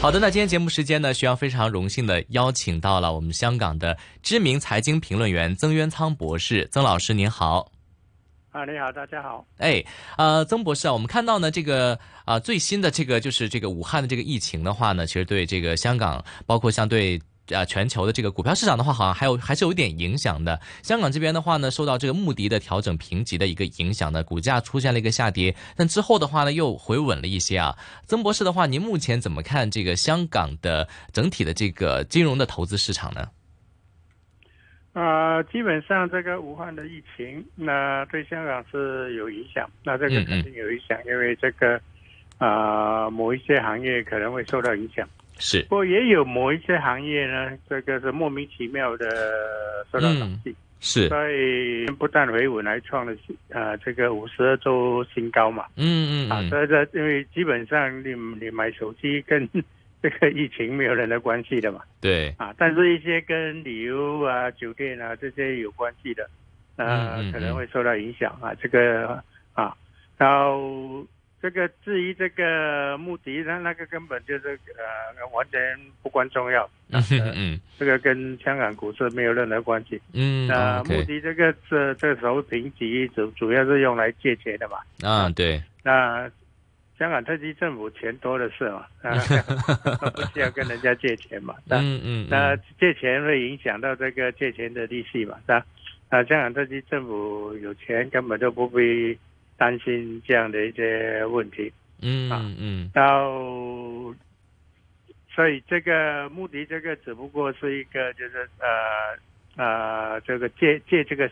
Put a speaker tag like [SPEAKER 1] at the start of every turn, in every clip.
[SPEAKER 1] 好的，那今天节目时间呢，徐阳非常荣幸的邀请到了我们香港的知名财经评论员曾渊仓博士，曾老师您好。
[SPEAKER 2] 啊，你好，大家好。
[SPEAKER 1] 哎，呃，曾博士啊，我们看到呢，这个啊、最新的这个就是这个武汉的这个疫情的话呢，其实对这个香港，包括像对。啊，全球的这个股票市场的话，好像还有还是有一点影响的。香港这边的话呢，受到这个穆迪的调整评级的一个影响呢，股价出现了一个下跌，但之后的话呢，又回稳了一些啊。曾博士的话，您目前怎么看这个香港的整体的这个金融的投资市场呢？
[SPEAKER 2] 呃，基本上这个武汉的疫情，那对香港是有影响，那这个
[SPEAKER 1] 嗯嗯
[SPEAKER 2] 肯定有影响，因为这个啊、呃某一些行业可能会受到影响，
[SPEAKER 1] 是
[SPEAKER 2] 不过也有某一些行业呢，这个是莫名其妙的受到
[SPEAKER 1] 嗯
[SPEAKER 2] 打击，
[SPEAKER 1] 是，
[SPEAKER 2] 所以不但回稳，还创了呃这个五十二周新高嘛。
[SPEAKER 1] 嗯
[SPEAKER 2] 啊，
[SPEAKER 1] 嗯嗯，
[SPEAKER 2] 所以这因为基本上你你买手机跟 这个疫情没有任何关系的嘛。
[SPEAKER 1] 对，
[SPEAKER 2] 啊，但是一些跟旅游啊、酒店啊这些有关系的，呃，
[SPEAKER 1] 嗯嗯嗯
[SPEAKER 2] 可能会受到影响啊。这个啊，然后这个至于这个穆迪，那那个根本就是呃完全不关重要，啊呃
[SPEAKER 1] 嗯 嗯
[SPEAKER 2] 这个跟香港股市没有任何关系。
[SPEAKER 1] 嗯
[SPEAKER 2] 那、
[SPEAKER 1] 嗯
[SPEAKER 2] 穆
[SPEAKER 1] ，OK，
[SPEAKER 2] 迪这个这这时候评级主主要是用来借钱的嘛。
[SPEAKER 1] 啊，对，
[SPEAKER 2] 那、香港特区政府钱多的是嘛，啊， 不需要跟人家借钱嘛。那、
[SPEAKER 1] 嗯嗯，
[SPEAKER 2] 那借钱会影响到这个借钱的利息嘛？啊那那香港特区政府有钱，根本就不必担心这样的一些问题。啊
[SPEAKER 1] 嗯嗯嗯
[SPEAKER 2] 到所以这个目的，这个只不过是一个就是呃呃这个借借这个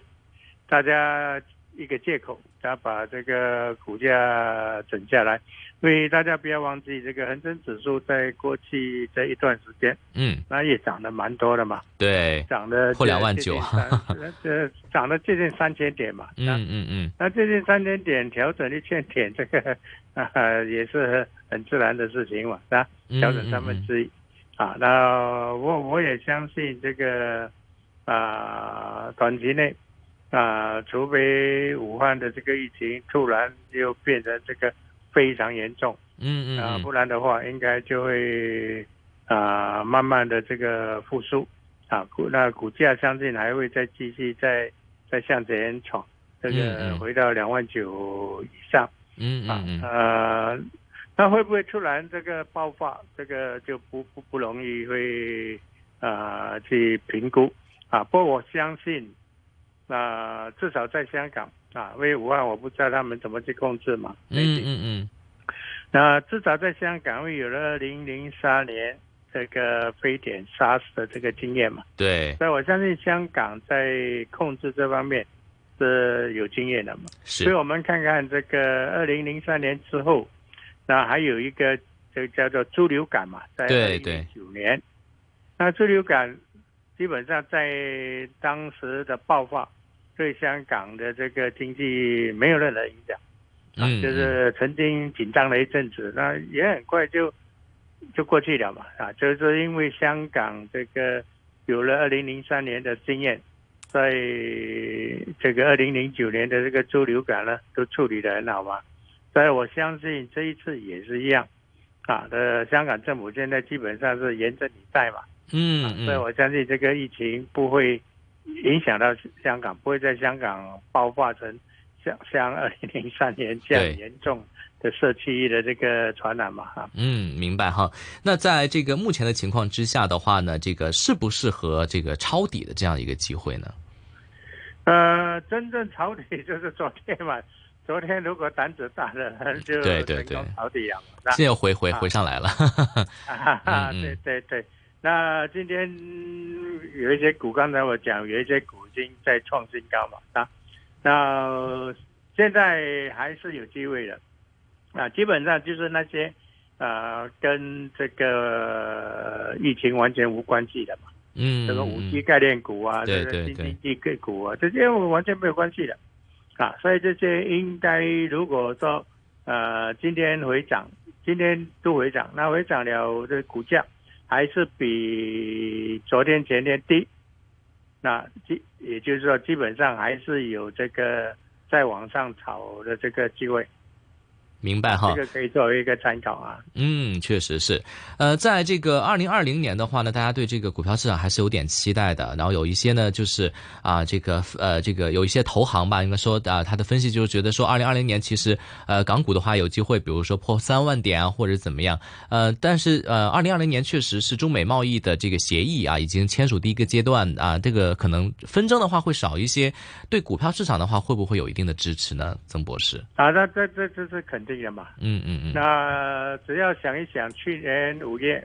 [SPEAKER 2] 大家一个借口，他把这个股价整下来。因为大家不要忘记，这个恒生指数在过去这一段时间，
[SPEAKER 1] 嗯，
[SPEAKER 2] 那也涨得蛮多的嘛。
[SPEAKER 1] 对，
[SPEAKER 2] 涨了
[SPEAKER 1] 破两万九啊
[SPEAKER 2] 呃这涨了接近三千点嘛。那
[SPEAKER 1] 嗯嗯嗯，
[SPEAKER 2] 那接近三千点调整一千点，这个啊、也是很自然的事情嘛。那
[SPEAKER 1] 嗯
[SPEAKER 2] 调整三分之一啊，那我我也相信这个啊、短期内啊、除非武汉的这个疫情突然又变成这个非常严重。
[SPEAKER 1] 嗯嗯
[SPEAKER 2] 啊、
[SPEAKER 1] 嗯
[SPEAKER 2] 不然的话应该就会啊、慢慢的这个复苏啊，股那股价相信还会再继续再再向前闯，这
[SPEAKER 1] 嗯
[SPEAKER 2] 个
[SPEAKER 1] 嗯
[SPEAKER 2] 回到两万九以上
[SPEAKER 1] 嗯
[SPEAKER 2] 啊，
[SPEAKER 1] 嗯嗯，
[SPEAKER 2] 呃，那会不会突然这个爆发？这个就不不不容易会呃去评估啊，不过我相信，那、至少在香港啊，因为武汉我不知道他们怎么去控制嘛，
[SPEAKER 1] 嗯嗯嗯，
[SPEAKER 2] 那至少在香港，会有了零零三年这个非典 SARS 的这个经验嘛，
[SPEAKER 1] 对，
[SPEAKER 2] 所以我相信香港在控制这方面是有经验的嘛。所以
[SPEAKER 1] 是，
[SPEAKER 2] 我们看看这个二零零三年之后，那还有一个这个叫做猪流感嘛，在二
[SPEAKER 1] 对
[SPEAKER 2] 零
[SPEAKER 1] 对
[SPEAKER 2] 零九年，那猪流感基本上在当时的爆发，对香港的这个经济没有任何影响。啊
[SPEAKER 1] 嗯，，
[SPEAKER 2] 就是曾经紧张了一阵子，那也很快就就过去了嘛啊，就是因为香港这个有了二零零三年的经验，在这个二零零九年的这个猪流感呢，都处理的很好嘛，所以我相信这一次也是一样啊呃，香港政府现在基本上是严阵以待嘛，
[SPEAKER 1] 嗯嗯
[SPEAKER 2] 所以
[SPEAKER 1] 嗯，
[SPEAKER 2] 啊我相信这个疫情不会影响到香港，不会在香港爆发成像像二零零三年这
[SPEAKER 1] 对
[SPEAKER 2] 样严重的社区的这个传染嘛啊。
[SPEAKER 1] 嗯，明白哈。那在这个目前的情况之下的话呢，这个适不适合这个抄底的这样一个机会呢？
[SPEAKER 2] 呃，真正抄底就是昨天嘛，昨天如果胆子大的人就
[SPEAKER 1] 对对
[SPEAKER 2] 成功
[SPEAKER 1] 对
[SPEAKER 2] 抄底了嘛，那
[SPEAKER 1] 现在又回回
[SPEAKER 2] 啊
[SPEAKER 1] 回上来 了，
[SPEAKER 2] 啊，哈
[SPEAKER 1] 嗯嗯
[SPEAKER 2] 对对对。那今天有一些股，刚才我讲有一些股已经在创新高嘛，啊，那现在还是有机会的。啊，基本上就是那些呃跟这个疫情完全无关系的嘛，
[SPEAKER 1] 嗯，
[SPEAKER 2] 什么五
[SPEAKER 1] 嗯
[SPEAKER 2] G 概念股啊，
[SPEAKER 1] 对
[SPEAKER 2] 这个
[SPEAKER 1] 对
[SPEAKER 2] 新
[SPEAKER 1] 对
[SPEAKER 2] 经济个股啊，这些我完全没有关系的啊。所以这些应该如果说呃今天回涨，今天都回涨，那回涨了这股价还是比昨天前天低，那基也就是说基本上还是有这个再往上炒的这个机会，
[SPEAKER 1] 明白哈
[SPEAKER 2] 这。个可以作为一个参考啊。
[SPEAKER 1] 嗯，确实是。呃，在这个二零二零年的话呢，大家对这个股票市场还是有点期待的。然后有一些呢，就是啊，这个呃，这个有一些投行吧，应该说啊，他的分析就是觉得说，二零二零年其实呃，港股的话有机会，比如说破三万点啊，或者怎么样。呃，但是呃，二零二零年确实是中美贸易的这个协议啊，已经签署第一个阶段啊，这个可能纷争的话会少一些，对股票市场的话会不会有一定的支持呢？曾博士，
[SPEAKER 2] 啊，那这这这是肯定的嘛。
[SPEAKER 1] 嗯嗯嗯，
[SPEAKER 2] 那只要想一想，去年五月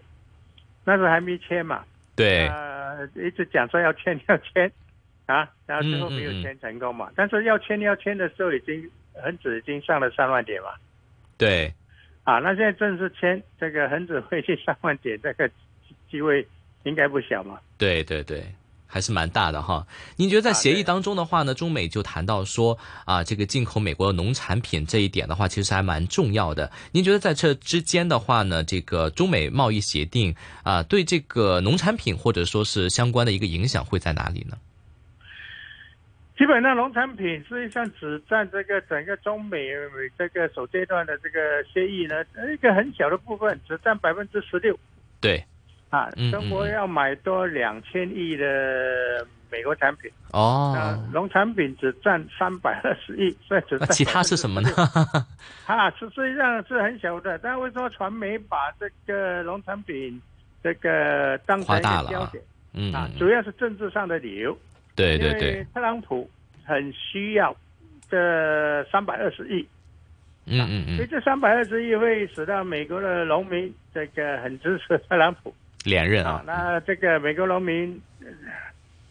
[SPEAKER 2] 那时候还没签嘛，
[SPEAKER 1] 对，
[SPEAKER 2] 呃，一直讲说要签要签啊，然后最后没有签成功嘛。但是要签要签的时候，已经恒指已经上了三万点嘛，
[SPEAKER 1] 对。
[SPEAKER 2] 啊，那现在正式签这个恒指会去三万点，这个机会应该不小嘛。
[SPEAKER 1] 对对对，还是蛮大的哈。您觉得在
[SPEAKER 2] 啊
[SPEAKER 1] 协议
[SPEAKER 2] 对
[SPEAKER 1] 当中的话呢，中美就谈到说啊，这个进口美国的农产品这一点的话，其实还蛮重要的。您觉得在这之间的话呢，这个中美贸易协定啊，对这个农产品或者说是相关的一个影响会在哪里呢？
[SPEAKER 2] 基本上，农产品实际上只占这个整个中美这个首阶段的这个协议呢，一个很小的部分，只占百分之十六。
[SPEAKER 1] 对，
[SPEAKER 2] 啊
[SPEAKER 1] 嗯，
[SPEAKER 2] 中国
[SPEAKER 1] 嗯嗯
[SPEAKER 2] 要买多两千亿的美国产品，那
[SPEAKER 1] 哦，
[SPEAKER 2] 农产品只占三百二十亿，所以只
[SPEAKER 1] 那
[SPEAKER 2] 占
[SPEAKER 1] 其他是什么呢？
[SPEAKER 2] 16%？啊，实实际上是很小的，但为什么传媒把这个农产品这个当成
[SPEAKER 1] 夸
[SPEAKER 2] 一
[SPEAKER 1] 大了
[SPEAKER 2] 个
[SPEAKER 1] 啊
[SPEAKER 2] 焦点
[SPEAKER 1] 嗯，
[SPEAKER 2] 啊
[SPEAKER 1] 嗯？
[SPEAKER 2] 主要是政治上的理由，
[SPEAKER 1] 对对
[SPEAKER 2] 因
[SPEAKER 1] 对
[SPEAKER 2] 为，特朗普很需要这三百二十亿，
[SPEAKER 1] 嗯嗯
[SPEAKER 2] 所以
[SPEAKER 1] 嗯，
[SPEAKER 2] 这三百二十亿会使到美国的农民这个很支持特朗普。
[SPEAKER 1] 连任
[SPEAKER 2] 啊
[SPEAKER 1] 啊，，
[SPEAKER 2] 那这个美国农民，呃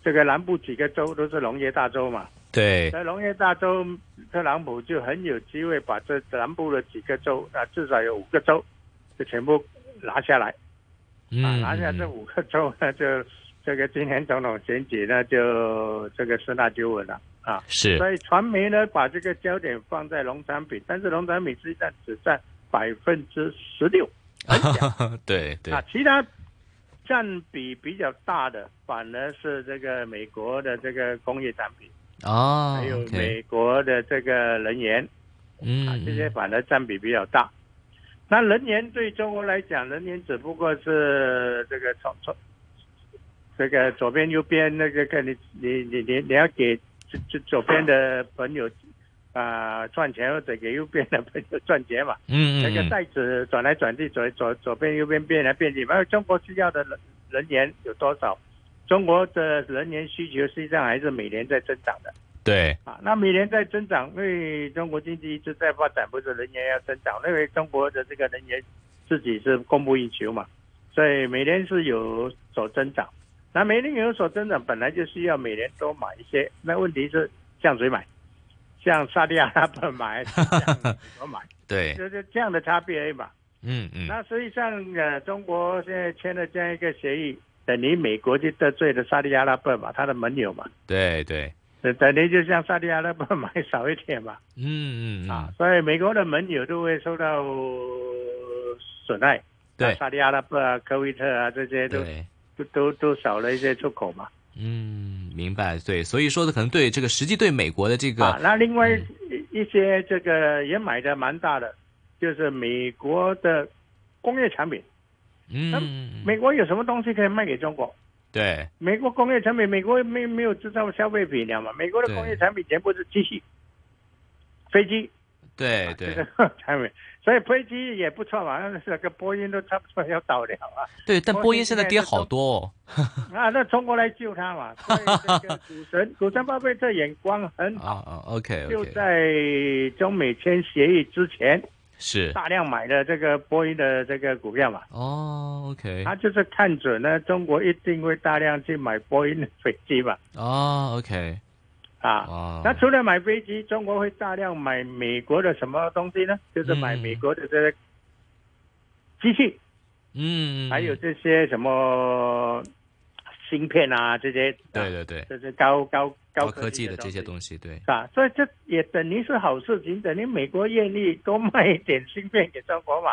[SPEAKER 2] 这个南部几个州都是农业大州嘛，
[SPEAKER 1] 对，
[SPEAKER 2] 那农业大州，特朗普就很有机会把这南部的几个州啊，至少有五个州，就全部拿下来啊，
[SPEAKER 1] 嗯，
[SPEAKER 2] 拿下这
[SPEAKER 1] 嗯
[SPEAKER 2] 五个州呢，就这个今年总统选举呢，就这个四大纠纷了啊。
[SPEAKER 1] 是
[SPEAKER 2] 所以传媒呢，把这个焦点放在农产品，但是农产品实际上只占百分之十六。
[SPEAKER 1] 对对
[SPEAKER 2] 啊，其他占比比较大的反而是这个美国的这个工业产品，
[SPEAKER 1] 哦
[SPEAKER 2] 还有
[SPEAKER 1] OK，
[SPEAKER 2] 美国的这个能源
[SPEAKER 1] 嗯
[SPEAKER 2] 啊，，这些
[SPEAKER 1] 嗯
[SPEAKER 2] 反而占比比较大。那能源对中国来讲，能源只不过是这个从从这个左边右边那个跟你你你你你要给这这左边的朋友啊、赚钱，或者给右边的朋友赚钱嘛。
[SPEAKER 1] 嗯
[SPEAKER 2] 那个
[SPEAKER 1] 嗯嗯，
[SPEAKER 2] 袋子转来转去，左左左边右边变来变去，而中国需要的人人员有多少？中国的人员需求实际上还是每年在增长的
[SPEAKER 1] 对，
[SPEAKER 2] 啊。那每年在增长，因为中国经济一直在发展，不是人员要增长，因为中国的这个人员自己是供不应求嘛，所以每年是有所增长。那每年有所增长，本来就需要每年多买一些。那问题是向谁买？向沙特阿拉伯买，还是向美国 买？
[SPEAKER 1] 对，
[SPEAKER 2] 就是这样的差别而已嘛。
[SPEAKER 1] 嗯嗯，
[SPEAKER 2] 那实际上，呃，中国现在签了这样一个协议，等于美国就得罪了沙特阿拉伯嘛，他的盟友嘛，
[SPEAKER 1] 对对，
[SPEAKER 2] 等等于就像沙特阿拉伯买少一点嘛，
[SPEAKER 1] 嗯嗯
[SPEAKER 2] 啊
[SPEAKER 1] 啊，，
[SPEAKER 2] 所以美国的盟友都会受到损害。
[SPEAKER 1] 对
[SPEAKER 2] 那沙特阿拉伯啊、科威特啊这些都
[SPEAKER 1] 对，
[SPEAKER 2] 都都都少了一些出口嘛。
[SPEAKER 1] 嗯，明白，对，所以说的可能对这个实际对嗯美国的这
[SPEAKER 2] 啊
[SPEAKER 1] 个，，
[SPEAKER 2] 那另外一一些这个也买的蛮大的，就是美国的工业产品。
[SPEAKER 1] 嗯，嗯嗯
[SPEAKER 2] 美国有什么东西可以卖给中国？
[SPEAKER 1] 对
[SPEAKER 2] 美国工业产品，美国没没有制造消费品了嘛？美国的工业产品全部是机器、飞机，
[SPEAKER 1] 对
[SPEAKER 2] 啊这
[SPEAKER 1] 对
[SPEAKER 2] 个产品，所以飞机也不错嘛。那个波音都差不多要倒了啊，
[SPEAKER 1] 对，但波音现在跌
[SPEAKER 2] 现在
[SPEAKER 1] 好
[SPEAKER 2] 都
[SPEAKER 1] 多哦，
[SPEAKER 2] 啊，那中国来救它嘛？所以这个 股神股神巴菲特眼光很好，
[SPEAKER 1] 啊啊，OK
[SPEAKER 2] 就
[SPEAKER 1] OK，
[SPEAKER 2] 在中美签协议之前，
[SPEAKER 1] 是
[SPEAKER 2] 大量买的这个波音的这个股票嘛。
[SPEAKER 1] 哦，OK，
[SPEAKER 2] 他就是看准了中国一定会大量去买波音的飞机嘛，
[SPEAKER 1] 哦，OK，
[SPEAKER 2] 啊，
[SPEAKER 1] 哇，
[SPEAKER 2] 那除了买飞机，中国会大量买美国的什么东西呢？就是买美国的这些机器，
[SPEAKER 1] 嗯，
[SPEAKER 2] 还有这些什么芯片啊这些，
[SPEAKER 1] 对对对，
[SPEAKER 2] 这是高高
[SPEAKER 1] 高科
[SPEAKER 2] 科
[SPEAKER 1] 技的
[SPEAKER 2] 的
[SPEAKER 1] 这些
[SPEAKER 2] 西。
[SPEAKER 1] 东西，对，
[SPEAKER 2] 是吧？所以这也等于是好事情，等于美国愿意多卖一点芯片给中国嘛，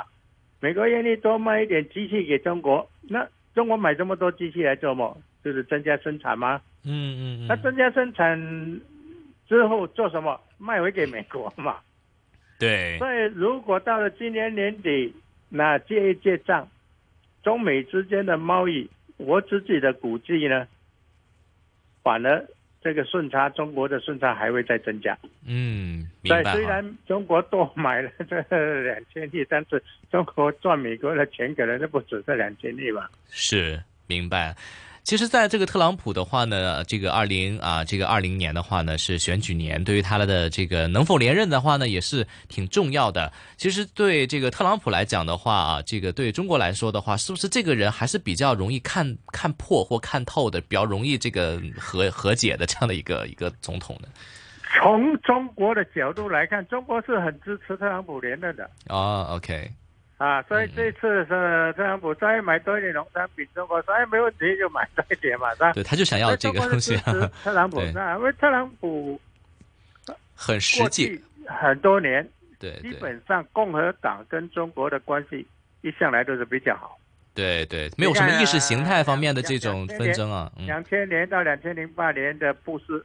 [SPEAKER 2] 美国愿意多卖一点机器给中国，那中国买这么多机器来做么？就是增加生产吗？
[SPEAKER 1] 嗯嗯
[SPEAKER 2] 那增
[SPEAKER 1] 嗯，
[SPEAKER 2] 加生产之后做什么？卖回给美国嘛。
[SPEAKER 1] 对，
[SPEAKER 2] 所以如果到了今年年底，那结一结账，中美之间的贸易，我自己的估计呢，反而这个顺差，中国的顺差还会再增加。
[SPEAKER 1] 嗯，明
[SPEAKER 2] 对，
[SPEAKER 1] 白
[SPEAKER 2] 虽
[SPEAKER 1] 哈，
[SPEAKER 2] 然中国多买了这两千亿，但是中国赚美国的钱可能就不止这两千亿吧。
[SPEAKER 1] 是明白。其实，在这个特朗普的话呢，这个二零啊，这个二零年的话呢是选举年，对于他的这个能否连任的话呢，也是挺重要的。其实对这个特朗普来讲的话啊，这个对中国来说的话，是不是这个人还是比较容易看看破或看透的，比较容易这个和和解的这样的一个一个总统呢？
[SPEAKER 2] 从中国的角度来看，中国是很支持特朗普连任的。
[SPEAKER 1] 哦，OK，
[SPEAKER 2] 啊，所以
[SPEAKER 1] 嗯
[SPEAKER 2] 这次是特朗普再买多一点农产品，中国说哎没问题就买多一点嘛，是吧？
[SPEAKER 1] 对，他就想要这个东西、
[SPEAKER 2] 所以中国是
[SPEAKER 1] 啊
[SPEAKER 2] 支，持特朗普
[SPEAKER 1] 对
[SPEAKER 2] 那因为特朗普
[SPEAKER 1] 很实
[SPEAKER 2] 过
[SPEAKER 1] 际
[SPEAKER 2] 去，很多年，
[SPEAKER 1] 对
[SPEAKER 2] 基
[SPEAKER 1] 对
[SPEAKER 2] 本上共和党跟中国的关系一向来都是比较好。
[SPEAKER 1] 对对，没有什么意识形态方面的这种纷争啊，嗯
[SPEAKER 2] 两千年到两千零八年的布什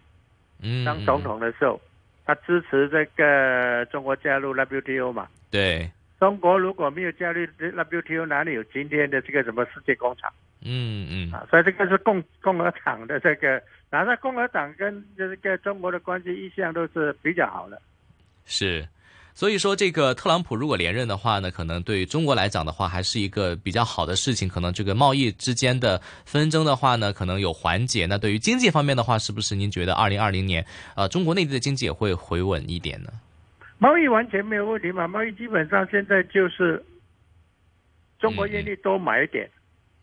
[SPEAKER 1] 嗯，
[SPEAKER 2] 当总
[SPEAKER 1] 嗯
[SPEAKER 2] 统的时候，他支持这个中国加入 WTO 嘛。
[SPEAKER 1] 对，
[SPEAKER 2] 中国如果没有加入 WTO，哪里有今天的这个什么世界工厂？
[SPEAKER 1] 嗯嗯，
[SPEAKER 2] 啊，所以这个是共共和党的这个，然后共和党跟这个中国的关系一向都是比较好的。
[SPEAKER 1] 是。所以说，这个特朗普如果连任的话呢，可能对于中国来讲的话，还是一个比较好的事情。可能这个贸易之间的纷争的话呢，可能有缓解。那对于经济方面的话，是不是您觉得二零二零年，呃，中国内地的经济也会回稳一点呢？
[SPEAKER 2] 贸易完全没有问题嘛，贸易基本上现在就是中国愿意多买一点，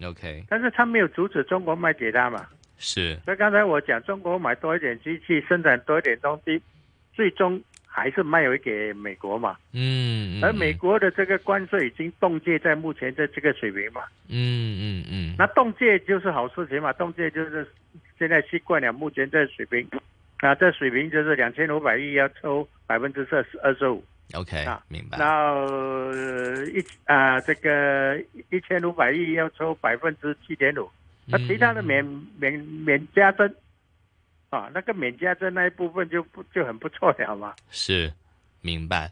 [SPEAKER 1] ？OK，
[SPEAKER 2] 但是他没有阻止中国卖给他嘛。
[SPEAKER 1] 是，
[SPEAKER 2] 所以刚才我讲，中国买多一点机器，生产多一点东西，最终还是卖回给美国嘛。
[SPEAKER 1] 嗯，嗯
[SPEAKER 2] 而哎美，国的这个关税已经冻结在目前的这个水平嘛，
[SPEAKER 1] 嗯嗯嗯，
[SPEAKER 2] 那冻结就是好事情嘛，冻结就是现在习惯了目前这水平，啊，这水平就是两千五百亿要抽百分之二十二十五，
[SPEAKER 1] OK，
[SPEAKER 2] 啊
[SPEAKER 1] 明白。
[SPEAKER 2] 然后呃一啊这个一千五百亿要抽百分之七点五，那其他的
[SPEAKER 1] 嗯
[SPEAKER 2] 免免免加征，啊，那个免加征那一部分就不就很不错了嘛。
[SPEAKER 1] 是，明白。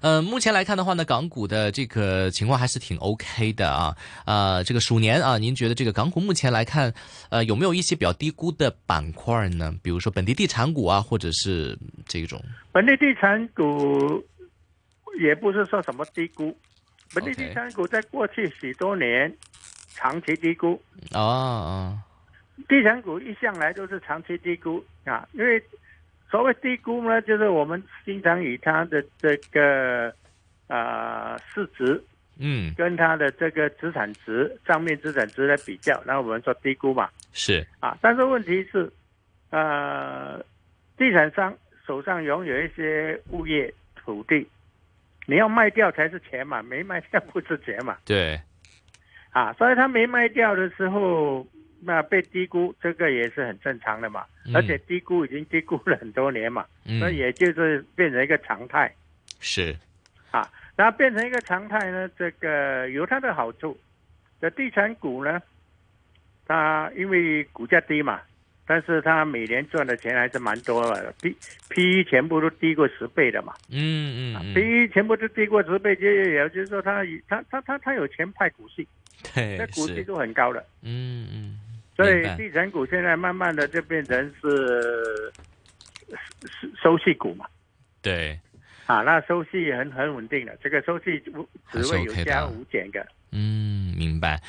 [SPEAKER 1] 呃，目前来看的话呢，港股的这个情况还是挺 OK 的啊。呃，这个鼠年啊，您觉得这个港股目前来看，呃，有没有一些比较低估的板块呢？比如说本地地产股啊，或者是这种
[SPEAKER 2] 本地地产股也不是说什么低估，本地
[SPEAKER 1] OK
[SPEAKER 2] 地产股在过去许多年长期低估，
[SPEAKER 1] 啊啊，
[SPEAKER 2] 地产股一向来都是长期低估啊，因为所谓低估呢，就是我们经常以它的这个啊、呃市值
[SPEAKER 1] 嗯，
[SPEAKER 2] 跟它的这个资产值账面资产值来比较，那我们说低估嘛
[SPEAKER 1] 是，
[SPEAKER 2] 啊，但是问题是，呃，地产商手上拥有一些物业土地，你要卖掉才是钱嘛，没卖掉不是钱嘛。
[SPEAKER 1] 对，
[SPEAKER 2] 啊，所以他没卖掉的时候，那被低估，这个也是很正常的嘛。
[SPEAKER 1] 嗯
[SPEAKER 2] 而且低估已经低估了很多年嘛，所以
[SPEAKER 1] 嗯，
[SPEAKER 2] 也就是变成一个常态
[SPEAKER 1] 是，
[SPEAKER 2] 啊。那变成一个常态呢，这个有它的好处。这地产股呢，它因为股价低嘛，但是它每年赚的钱还是蛮多的，P P E 全部都低过十倍的嘛
[SPEAKER 1] 嗯嗯嗯，
[SPEAKER 2] ，P E 全部都低过十倍，就也就是说它它它它它有钱派股息，那
[SPEAKER 1] 对，
[SPEAKER 2] 股息
[SPEAKER 1] 是，
[SPEAKER 2] 都很高的。
[SPEAKER 1] 嗯嗯，
[SPEAKER 2] 所
[SPEAKER 1] 明
[SPEAKER 2] 以
[SPEAKER 1] 白
[SPEAKER 2] 地产股现在慢慢的就变成是收收息股嘛，
[SPEAKER 1] 对，
[SPEAKER 2] 啊，那收息也很很稳定的，这个收息无
[SPEAKER 1] 还
[SPEAKER 2] 只
[SPEAKER 1] 是
[SPEAKER 2] 会有
[SPEAKER 1] OK 的
[SPEAKER 2] 加
[SPEAKER 1] 啊
[SPEAKER 2] 无减的。
[SPEAKER 1] 嗯，明白。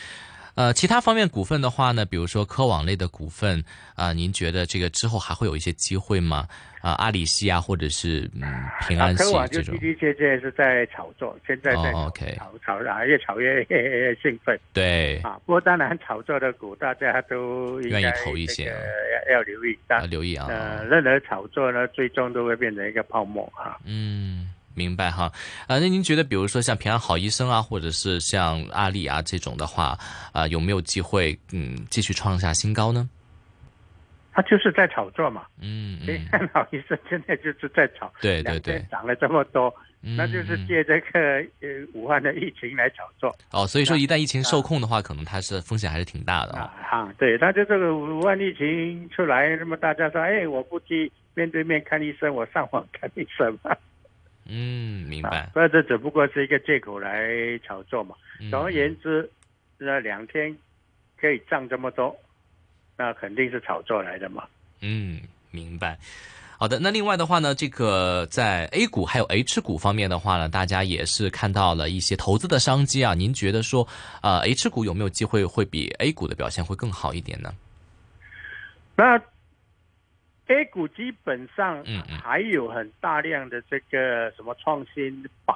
[SPEAKER 1] 呃，其他方面股份的话呢，比如说科网类的股份啊、您觉得这个之后还会有一些机会吗？啊、阿里系啊，或者是嗯平
[SPEAKER 2] 啊
[SPEAKER 1] 安，系
[SPEAKER 2] 科网就
[SPEAKER 1] 这种？
[SPEAKER 2] 的的确确是在炒作，现在在
[SPEAKER 1] 哦
[SPEAKER 2] 炒
[SPEAKER 1] ，OK
[SPEAKER 2] 炒炒啊，越炒越越兴奋
[SPEAKER 1] 对，
[SPEAKER 2] 啊。不过当然，炒作的股大家都应
[SPEAKER 1] 愿意
[SPEAKER 2] 该
[SPEAKER 1] 投一
[SPEAKER 2] 这
[SPEAKER 1] 些
[SPEAKER 2] 个
[SPEAKER 1] 啊
[SPEAKER 2] 要要留意。但
[SPEAKER 1] 呃
[SPEAKER 2] 呃
[SPEAKER 1] 要留意啊。
[SPEAKER 2] 呃，任何炒作呢，最终都会变成一个泡沫啊。
[SPEAKER 1] 嗯，明白哈，啊、那您觉得，比如说像平安好医生啊，或者是像阿里啊这种的话，啊、有没有机会嗯继续创下新高呢？
[SPEAKER 2] 他就是在炒作嘛。
[SPEAKER 1] 嗯
[SPEAKER 2] 你
[SPEAKER 1] 嗯，
[SPEAKER 2] 看 好医生现在就是在炒，
[SPEAKER 1] 对对
[SPEAKER 2] 两
[SPEAKER 1] 对
[SPEAKER 2] 天，涨了这么多，
[SPEAKER 1] 嗯
[SPEAKER 2] 那就是
[SPEAKER 1] 嗯
[SPEAKER 2] 借这个呃武汉的疫情来炒作
[SPEAKER 1] 哦，所以说一旦疫情受控的话，可能它是风险还是挺大的
[SPEAKER 2] 啊
[SPEAKER 1] 啊。
[SPEAKER 2] 啊！对，他就这个武汉疫情出来，那么大家说，哎，我不去面对面看医生，我上网看医生嘛。
[SPEAKER 1] 嗯，明
[SPEAKER 2] 啊
[SPEAKER 1] 白。，
[SPEAKER 2] 所以这只不过是一个借口来炒作嘛。
[SPEAKER 1] 嗯
[SPEAKER 2] 总而言之，那两天可以涨这么多，那肯定是炒作来的嘛。
[SPEAKER 1] 嗯，明白。好的，那另外的话呢，这个在 A 股还有 H 股方面的话呢，大家也是看到了一些投资的商机啊。您觉得说，呃，H 股有没有机会会比 A 股的表现会更好一点呢？
[SPEAKER 2] 那 A 股基本上
[SPEAKER 1] 嗯嗯
[SPEAKER 2] 还有很大量的这个什么创新板，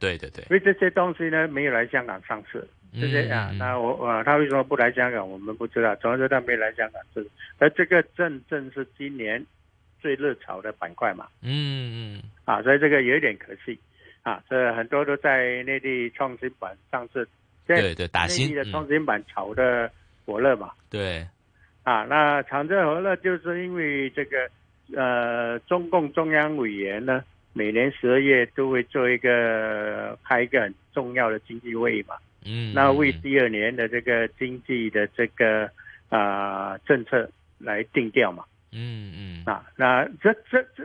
[SPEAKER 1] 对对对，
[SPEAKER 2] 因为这些东西呢没有来香港上市，这些啊，
[SPEAKER 1] 嗯嗯
[SPEAKER 2] 那我啊，他为什么不来香港，我们不知道，总而言之他没来香港这而这个正正是今年最热潮的板块嘛，
[SPEAKER 1] 嗯嗯
[SPEAKER 2] 啊，所以这个有一点可惜，啊，这很多都在内地创新板上市，现在
[SPEAKER 1] 对对，打
[SPEAKER 2] 内
[SPEAKER 1] 新
[SPEAKER 2] 地，的
[SPEAKER 1] 嗯
[SPEAKER 2] 创新板炒的火热嘛，
[SPEAKER 1] 对，
[SPEAKER 2] 啊，那长征和乐就是因为这个，呃，中共中央委员呢，每年十二月都会做一个呃开一个很重要的经济会议嘛，
[SPEAKER 1] 嗯，
[SPEAKER 2] 那
[SPEAKER 1] 嗯
[SPEAKER 2] 为第二年的这个经济的这个啊、呃政策来定调嘛，
[SPEAKER 1] 嗯嗯
[SPEAKER 2] 啊，那这这这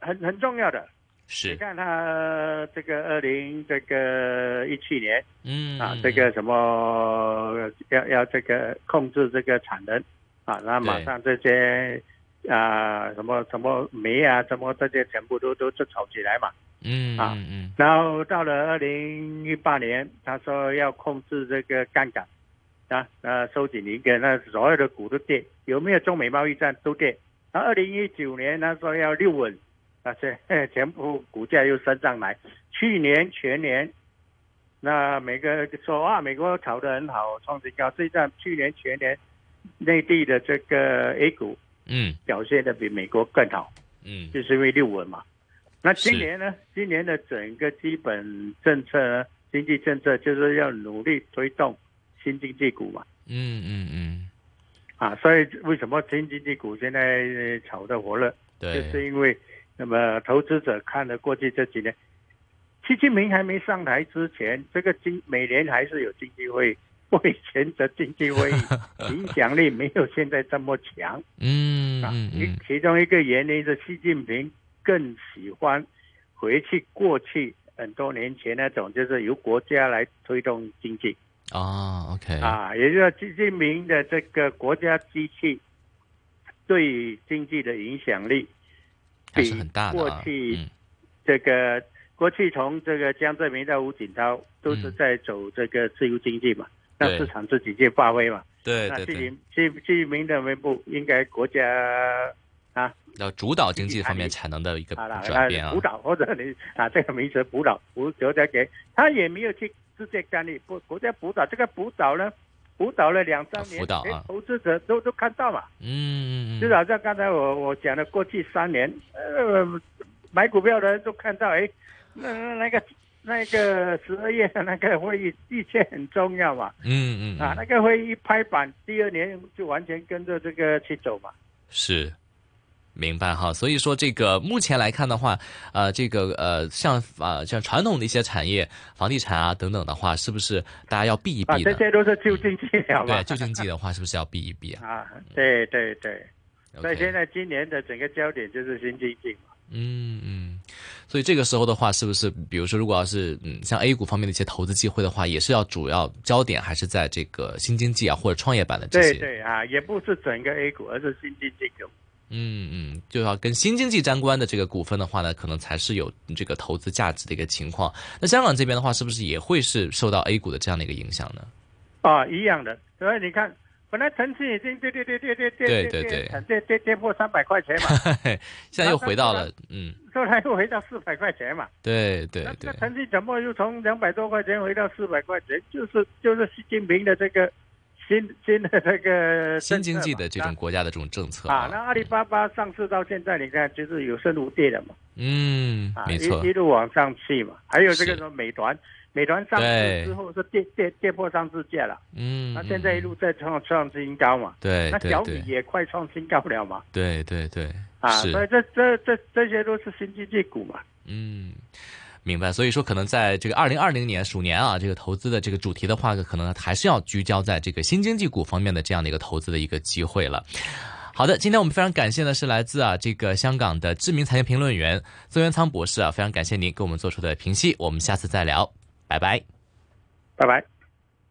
[SPEAKER 2] 很很重要的，你
[SPEAKER 1] 是，
[SPEAKER 2] 看他这个二零这个一七年
[SPEAKER 1] 嗯
[SPEAKER 2] 啊
[SPEAKER 1] 嗯，
[SPEAKER 2] 这个什么要要这个控制这个产能啊，那马
[SPEAKER 1] 对
[SPEAKER 2] 上这些啊、什么什么煤啊，什么这些全部都都都炒起来嘛。
[SPEAKER 1] 嗯
[SPEAKER 2] 啊
[SPEAKER 1] 嗯嗯
[SPEAKER 2] 然后到了二零一八年，他说要控制这个杠杆啊，呃，收紧一个，那所有的股都跌，有没有中美贸易战都跌。那二零一九年他说要六稳，那这 全部股价又升上来。去年全年，那每个说啊，美国炒得很好，创新高。实际上去年全年，内地的这个 A 股
[SPEAKER 1] 嗯
[SPEAKER 2] 表现的比美国更好。
[SPEAKER 1] 嗯
[SPEAKER 2] 就是因为六稳嘛。那
[SPEAKER 1] 是
[SPEAKER 2] 今年呢？今年的整个基本政策呢，经济政策就是要努力推动新经济股嘛。
[SPEAKER 1] 嗯嗯嗯，
[SPEAKER 2] 啊，所以为什么新经济股现在呃炒得火热，就
[SPEAKER 1] 对，
[SPEAKER 2] 是因为那么投资者看了过去这几年，习近平还没上台之前，这个经每年还是有经济会议， 我以前的经济会议影响力没有现在这么强。
[SPEAKER 1] 嗯
[SPEAKER 2] 啊
[SPEAKER 1] 嗯，
[SPEAKER 2] 一
[SPEAKER 1] 嗯
[SPEAKER 2] 其中一个原因是习近平更喜欢回去过去很多年前那种，就是由国家来推动经济
[SPEAKER 1] 啊，OK，
[SPEAKER 2] 啊，也就是说习近平的这个国家机器对经济的影响力，
[SPEAKER 1] 还是很大的啊，
[SPEAKER 2] 过去
[SPEAKER 1] 嗯
[SPEAKER 2] 这个过去从这个江泽民到胡锦涛都是
[SPEAKER 1] 嗯
[SPEAKER 2] 在走这个自由经济嘛，
[SPEAKER 1] 对
[SPEAKER 2] 让市场自己去发挥嘛。
[SPEAKER 1] 对
[SPEAKER 2] 那
[SPEAKER 1] 对对，
[SPEAKER 2] 习近习习近平认为不应该国家啊
[SPEAKER 1] 要主导经济方面产能的一个
[SPEAKER 2] 好了，
[SPEAKER 1] 转变啊
[SPEAKER 2] 辅，导或者你啊这个名词辅导，辅国家给他也没有去直接干预，国国家辅导这个辅导呢，辅导了两三年，
[SPEAKER 1] 辅导啊
[SPEAKER 2] 哎投资者都都看到嘛，
[SPEAKER 1] 嗯嗯
[SPEAKER 2] 就
[SPEAKER 1] 嗯，
[SPEAKER 2] 好像刚才我我讲的，过去三年，呃，买股票的人都看到，哎，那那个那个十二月的那个会议的确很重要嘛，
[SPEAKER 1] 嗯嗯
[SPEAKER 2] 啊，
[SPEAKER 1] 嗯，
[SPEAKER 2] 那个会议拍板，第二年就完全跟着这个去走嘛。
[SPEAKER 1] 是。明白哈，所以说这个目前来看的话，呃，这个呃，像呃像传统的一些产业，房地产啊等等的话，是不是大家要避一
[SPEAKER 2] 啊，
[SPEAKER 1] 避
[SPEAKER 2] 这
[SPEAKER 1] 呢？
[SPEAKER 2] 些都是就近期了嘛
[SPEAKER 1] 对，。旧经济的话，是不是要避一避啊？
[SPEAKER 2] 啊，对对对。所以
[SPEAKER 1] OK
[SPEAKER 2] 现 在今年的整个焦点就是新经济嘛。
[SPEAKER 1] 嗯嗯，所以这个时候的话，是不是比如说，如果要是嗯，像 A 股方面的一些投资机会的话，也是要主要焦点还是在这个新经济啊或者创业板的这
[SPEAKER 2] 对
[SPEAKER 1] 些？
[SPEAKER 2] 对啊，也不是整个 A 股，而是新经济股。
[SPEAKER 1] 嗯嗯，就要跟新经济相关的这个股份的话呢，可能才是有这个投资价值的一个情况。那香港这边的话，是不是也会是受到 A 股的这样的一个影响呢？
[SPEAKER 2] 啊，一样的。所以你看，本来腾讯已经跌跌跌跌跌跌
[SPEAKER 1] 对对
[SPEAKER 2] 跌跌
[SPEAKER 1] 对
[SPEAKER 2] 跌跌跌跌破三百块钱嘛，
[SPEAKER 1] 现在又回到了，嗯，
[SPEAKER 2] 后来又回到四百块钱嘛。
[SPEAKER 1] 对对
[SPEAKER 2] 那
[SPEAKER 1] 对
[SPEAKER 2] 那，腾讯怎么又从两百多块钱回到四百块钱？就是就是习近平的这个新新的那个
[SPEAKER 1] 新经济
[SPEAKER 2] 政策嘛
[SPEAKER 1] 的这种国家的这种政策
[SPEAKER 2] 那啊，那阿里巴巴上市到现在，你看就是有升无跌的嘛，
[SPEAKER 1] 嗯，
[SPEAKER 2] 啊，
[SPEAKER 1] 没错
[SPEAKER 2] 一一，路往上去嘛。还有这个
[SPEAKER 1] 是
[SPEAKER 2] 什么美团，美团上
[SPEAKER 1] 对
[SPEAKER 2] 市之后是跌跌跌破上市价了，
[SPEAKER 1] 嗯，
[SPEAKER 2] 那现在一
[SPEAKER 1] 嗯
[SPEAKER 2] 路在创创新高嘛。
[SPEAKER 1] 对
[SPEAKER 2] 那
[SPEAKER 1] 对
[SPEAKER 2] 小米
[SPEAKER 1] 对
[SPEAKER 2] 也快创新高了嘛，
[SPEAKER 1] 对对对，
[SPEAKER 2] 啊，
[SPEAKER 1] 是
[SPEAKER 2] 所以这这这这些都是新经济股嘛。
[SPEAKER 1] 嗯，明白。所以说，可能在这个二零二零年鼠年啊，这个投资的这个主题的话，可能还是要聚焦在这个新经济股方面的这样的一个投资的一个机会了。好的，今天我们非常感谢的是来自啊这个香港的知名财经评论员曾元仓博士啊，非常感谢您给我们做出的评析，我们下次再聊，拜拜。
[SPEAKER 2] 拜拜。